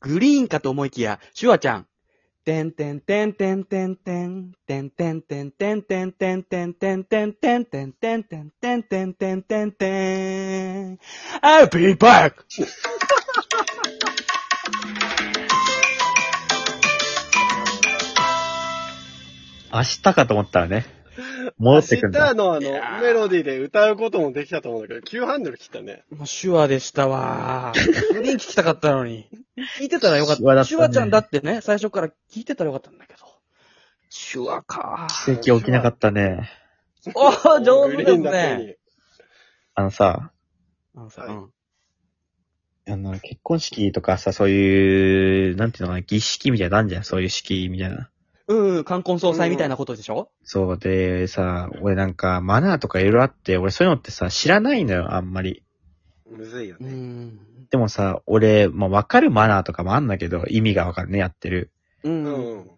グリーンかと思いきや、シュワちゃん。てんてんてんてんてんてん、てんてんてんてんてんてんてんてんてんてんてんてんてんてんてんてんてんてん。I'll be back! 明日かと思ったらね、戻ってくん明だ日。のあいやの、ーメロディーで歌うこともできたと思うんだけど、急ハンドル切ったね。もうシュワでしたわー。グリーン聞きたかったのに。聞いてたらよかっ。シュワだったたねシュワちゃんだってね、最初から聞いてたらよかったんだけど。シュワかー。奇跡起きなかったね。おー、上手グリでーすンだけね。に。あのさ、あのさはいうんあの、結婚式とかさ、そういう、なんていうのかな、儀式みたいなのあんじゃん、そういう式みたいな。うんうん、冠婚葬祭みたいなことでしょそうで、さ、俺なんか、マナーとかいろいろあって、俺そういうのってさ、知らないのよ、あんまり。むずいようね。ん。でもさ、俺、まあ、わかるマナーとかもあんだけど、意味がわかるね、やってる。う。うんん。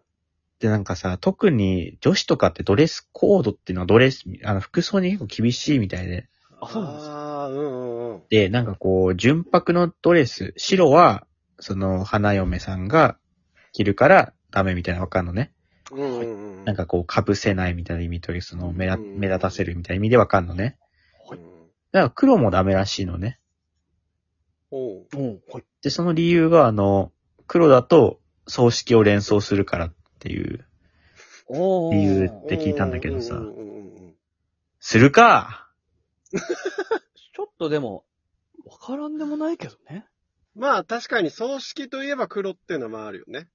で、なんかさ、特に女子とかってドレスコードっていうのはドレス、あの、服装に結構厳しいみたいで。あそうなんですかああ、うんうんうん。で、なんかこう、純白のドレス、白は、その、花嫁さんが着るからダメみたいなのわかんのね。うんうんうん。なんかこう、被せないみたいな意味という、その、目立うん目立たせるみたいな意味でわかんのね。うん、だから黒もダメらしいのね。おう。おうはい。で、その理由が、あの、黒だと葬式を連想するからっていう、おー理由って聞いたんだけどさうんうんうんうんするかちょっとでも、わからんでもないけどね。まあ確かに葬式といえば黒っていうのもあるよね。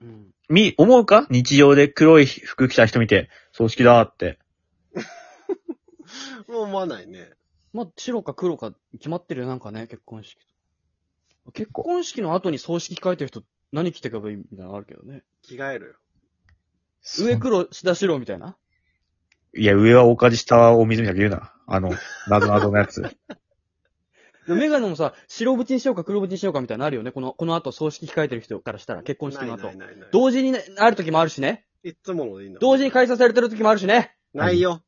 うん。み、思うか日常で黒い服着た人見て、葬式だーって。もう思わないね。まあ、白か黒か決まってるよ、なんかね、結婚式。結婚式の後に葬式控えてる人、何着てけばいいみたいなのあるけどね。着替えるよ。上黒、下白みたいな。いや、上は大火事、下はお水みたいなこと言うな。あの、なぞなぞのやつ。メガネもさ、白縁にしようか黒縁にしようかみたいなのあるよね。この、この後葬式控えてる人からしたら、結婚式の後ない。ないないない。同時にね、ある時もあるしね。いつものでいいんだもん同時に開催されてる時もあるしね。ないよ。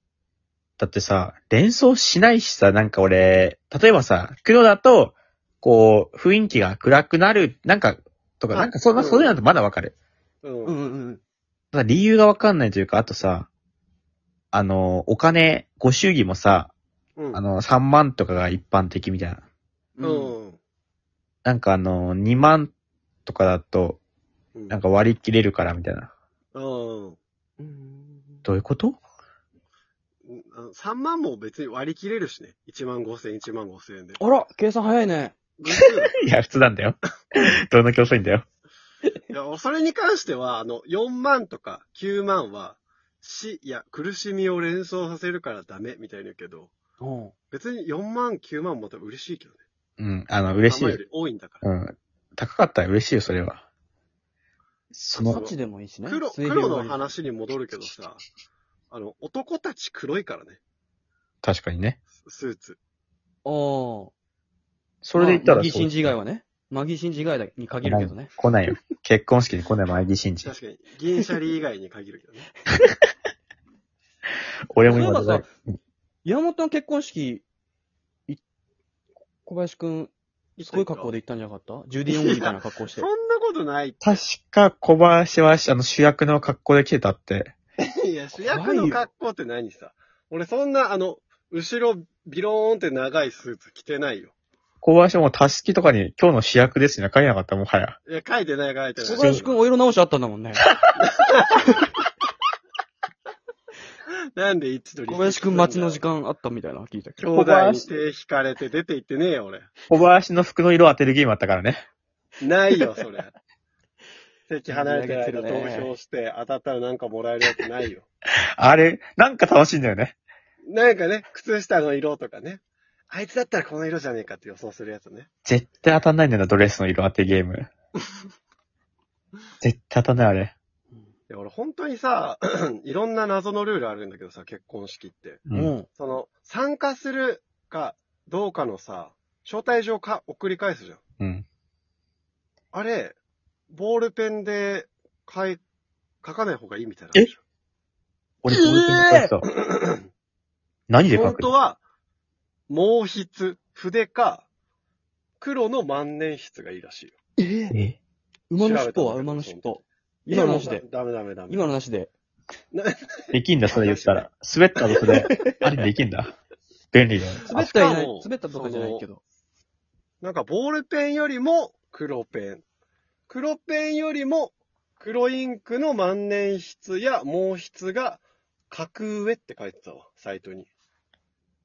だってさ、連想しないしさ、なんか俺、例えばさ、黒だと、こう、雰囲気が暗くなる、なんか、とか、あなんかそんな、うんそういうのとまだわかる。うん。うんうんただ理由がわかんないというか、あとさ、あの、お金、ご祝儀もさ、うん。あの、3万とかが一般的みたいな。う。うんん。なんかあの、2万とかだと、うん。なんか割り切れるからみたいな。うん。うん。どういうこと3万も別に割り切れるしね。1万5千、1万5千円で。あら、計算早いね。 いや、普通なんだよ。 どんな競争いいんだよ。いや、それに関しては、あの、4万とか9万は、死や苦しみを連想させるからダメみたいに言うけど、うん。別に4万、9万も多分嬉しいけどね。うん、あの、嬉しい3万よよ。り多いんだから。うん。高かったら嬉しいよ、それは。そ価の、値でもいいしね。黒、水平黒の割り話に戻るけどさ、あの、男たち黒いからね、確かにね。スーツ。おー。それで言ったまあらマギーそう、シンジ以外はね。マギーシンジ以外だに限るけどね。来ないよ。結婚式に来ない前に信じ。確かに、銀シャリ以外に限るけどね。俺も例え今ばださ、山本の結婚式、い小林くん、すごい格好で行ったんじゃなかったジュディ・オングみたいな格好して そん。なことない。確か小林はあの主役の格好で来てたって。いや、主役の格好って何さ。俺そんな、あの、後ろ、ビローンって長いスーツ着てないよ。小林はもうたすきとかに今日の主役ですね。書いなかった、もはや。いや、書いてない、書いてない。小林くんお色直しあったんだもんね。なんで一度小林くん待ちの時間あったみたいなの聞いたけ兄ど。弟に手引かれて出て行ってねえよ、俺。小林の服の色を当てるゲームあったからね。ないよ、そ れ。席離れてる間投票して当たったらなんかもらえるやつないよ。あれ、なんか楽しいんだよね。なんかね、靴下の色とかね。あいつだったらこの色じゃねえかって予想するやつね。絶対当たんないんだよな、ドレスの色当てゲーム。絶対当たんない、あれ。いや、俺本当にさ、 いろんな謎のルールあるんだけどさ、結婚式って。う。うんん。その、参加するかどうかのさ、招待状か送り返すじゃん。うん。あれ、ボールペンで書い、書かない方がいいみたいなのあるじゃん。俺、ボールペンで書いてた。何で書本く当のは、毛筆、筆か、黒の万年筆がいいらしいよ。ええ馬の尻尾は調べたんだけど馬の尻尾。い今のなしで。。ダメダメダメ。今のなしで。できんだ、それ言った ら。滑ったの、それ。あれできんだ。便利だよ。滑ったりないしかも滑ったとかじゃないけど。なんかボールペンよりも黒ペン。黒ペンよりも黒インクの万年筆や毛筆が格上って書いてたわ、サイトに。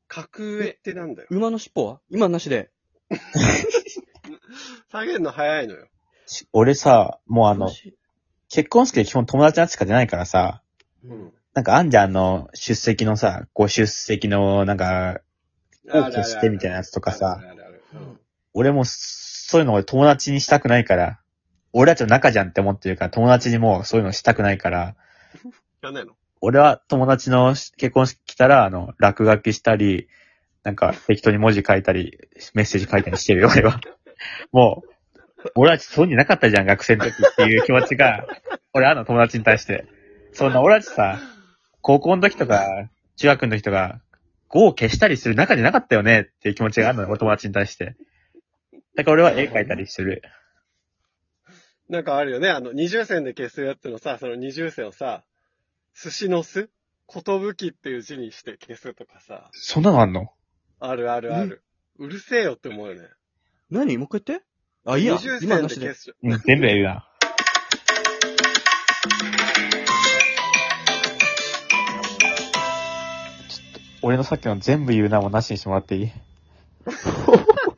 格上ってなんだよ。馬の尻尾は今のなしで。下げるの早いのよ。俺さ、もうあの馬、尻結婚式で基本友達のやつしか出ないからさ、尾うん。なんかあんじゃん、あの、出席のさ、ご出席の、なんか、を消してみたいなやつとかさあるあるあるあるうん俺もそういうの俺友達にしたくないから、俺たちの仲じゃんって思ってるから、友達にもうそういうのしたくないから、やんないの俺は友達の結婚式来たら、あの、落書きしたり、なんか適当に文字書いたり、メッセージ書いたりしてるよ、俺は。 もう、俺はそういうのなかったじゃん、学生の時っていう気持ちが、俺あの友達に対して。そんな、俺たちさ、高校の時とか、中学の時とか、語を消したりする仲じゃなかったよねっていう気持ちがあるのよ、俺友達に対して。だから俺は絵描いたりしてる。なんかあるよね。あの、二重線で消すやつのさ、その二重線をさ、寿司の巣ことぶきっていう字にして消すとかさ、そんなのあんのあるあるある。うるせえよって思うよね。何もう一回言ってあ、いいや二重。今線のでなし消で。す。うん、全部言うな。ちょっと、俺のさっきの全部言うなもなしにしてもらっていい